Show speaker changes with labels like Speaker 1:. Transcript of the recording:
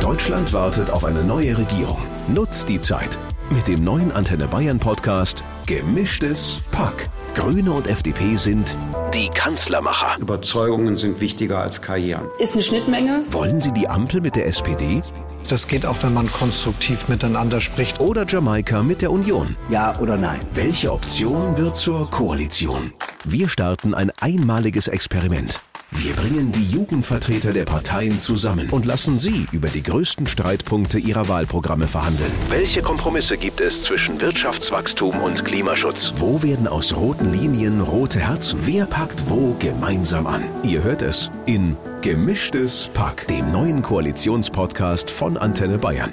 Speaker 1: Deutschland wartet auf eine neue Regierung. Nutzt die Zeit mit dem neuen Antenne Bayern Podcast Gemischtes Pack. Grüne und FDP sind die Kanzlermacher.
Speaker 2: Überzeugungen sind wichtiger als Karrieren.
Speaker 3: Ist eine Schnittmenge.
Speaker 1: Wollen Sie die Ampel mit der SPD
Speaker 4: Das geht auch, wenn man konstruktiv miteinander spricht.
Speaker 1: oder Jamaika mit der Union?
Speaker 5: Ja oder nein?
Speaker 1: Welche Option wird zur Koalition? Wir starten ein einmaliges Experiment. Wir bringen die Jugendvertreter der Parteien zusammen und lassen sie über die größten Streitpunkte ihrer Wahlprogramme verhandeln. Welche Kompromisse gibt es zwischen Wirtschaftswachstum und Klimaschutz? Wo werden aus roten Linien rote Herzen? Wer packt wo gemeinsam an? Ihr hört es in Gemischtes Pack, dem neuen Koalitionspodcast von Antenne Bayern.